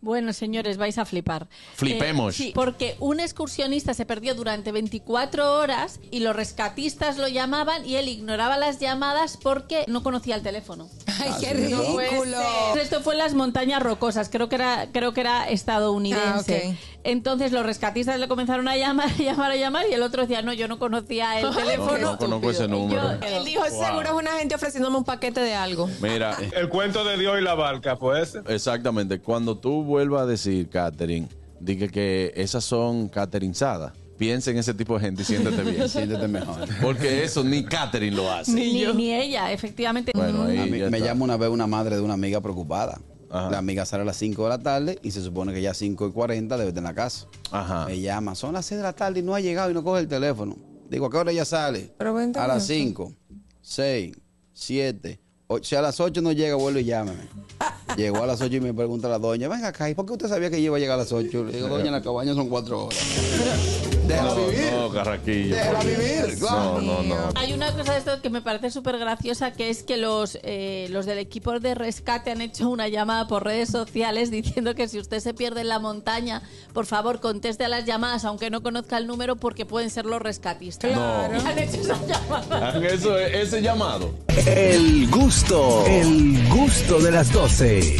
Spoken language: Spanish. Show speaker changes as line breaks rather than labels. Bueno, señores, vais a flipar. Eh,
Flipemos.
sí, porque un excursionista se perdió durante 24 horas y los rescatistas lo llamaban y él ignoraba las llamadas porque no conocía el teléfono.
Ay, qué
¿no?
ridículo.
Esto fue en las montañas rocosas, creo que era, creo que era estadounidense.
Ah, ok.
Entonces los rescatistas le comenzaron a llamar, a llamar, a llamar y el otro decía, no, yo no conocía el teléfono.
no conozco ese
Y yo-
número.
Él dijo, seguro es una gente ofreciéndome un paquete de algo.
Mira, eh,
El cuento de Dios y la barca, pues.
exactamente. Cuando tú vuelvas a decir, Catherine, dije que esas son caterinzadas. Piensa en ese tipo de gente y siéntete bien.
Siéntete mejor.
Porque eso ni Catherine lo hace.
ni, ni ella, efectivamente.
Bueno, ahí
A mí-
ya
me
está.
llama una vez una madre de una amiga preocupada.
Ajá.
La amiga sale a las 5 de la tarde y se supone que ya a 5 y 40 debe estar en la casa.
Ajá.
Me llama, son las 6 de la tarde y no ha llegado y no coge el teléfono. Digo, ¿a qué hora ella sale?
Pero veinte
a las
minutos.
5, 6, 7. Si a las 8 no llega, vuelve y llámame. Llegó a las 8 y me pregunta la doña, venga acá, ¿y por qué usted sabía que yo iba a llegar a las 8? Le digo, doña, en la cabaña son 4 horas. Déjala vivir,
No, carraquillo.
déjala vivir, claro.
No, no, no.
Hay una cosa de esto que me parece súper graciosa, que es que los, eh, los del equipo de rescate han hecho una llamada por redes sociales diciendo que si usted se pierde en la montaña, por favor conteste a las llamadas, aunque no conozca el número, porque pueden ser los rescatistas.
No.
Y han hecho esa llamada.
Eso, ese llamado.
El gusto, el gusto de las 12.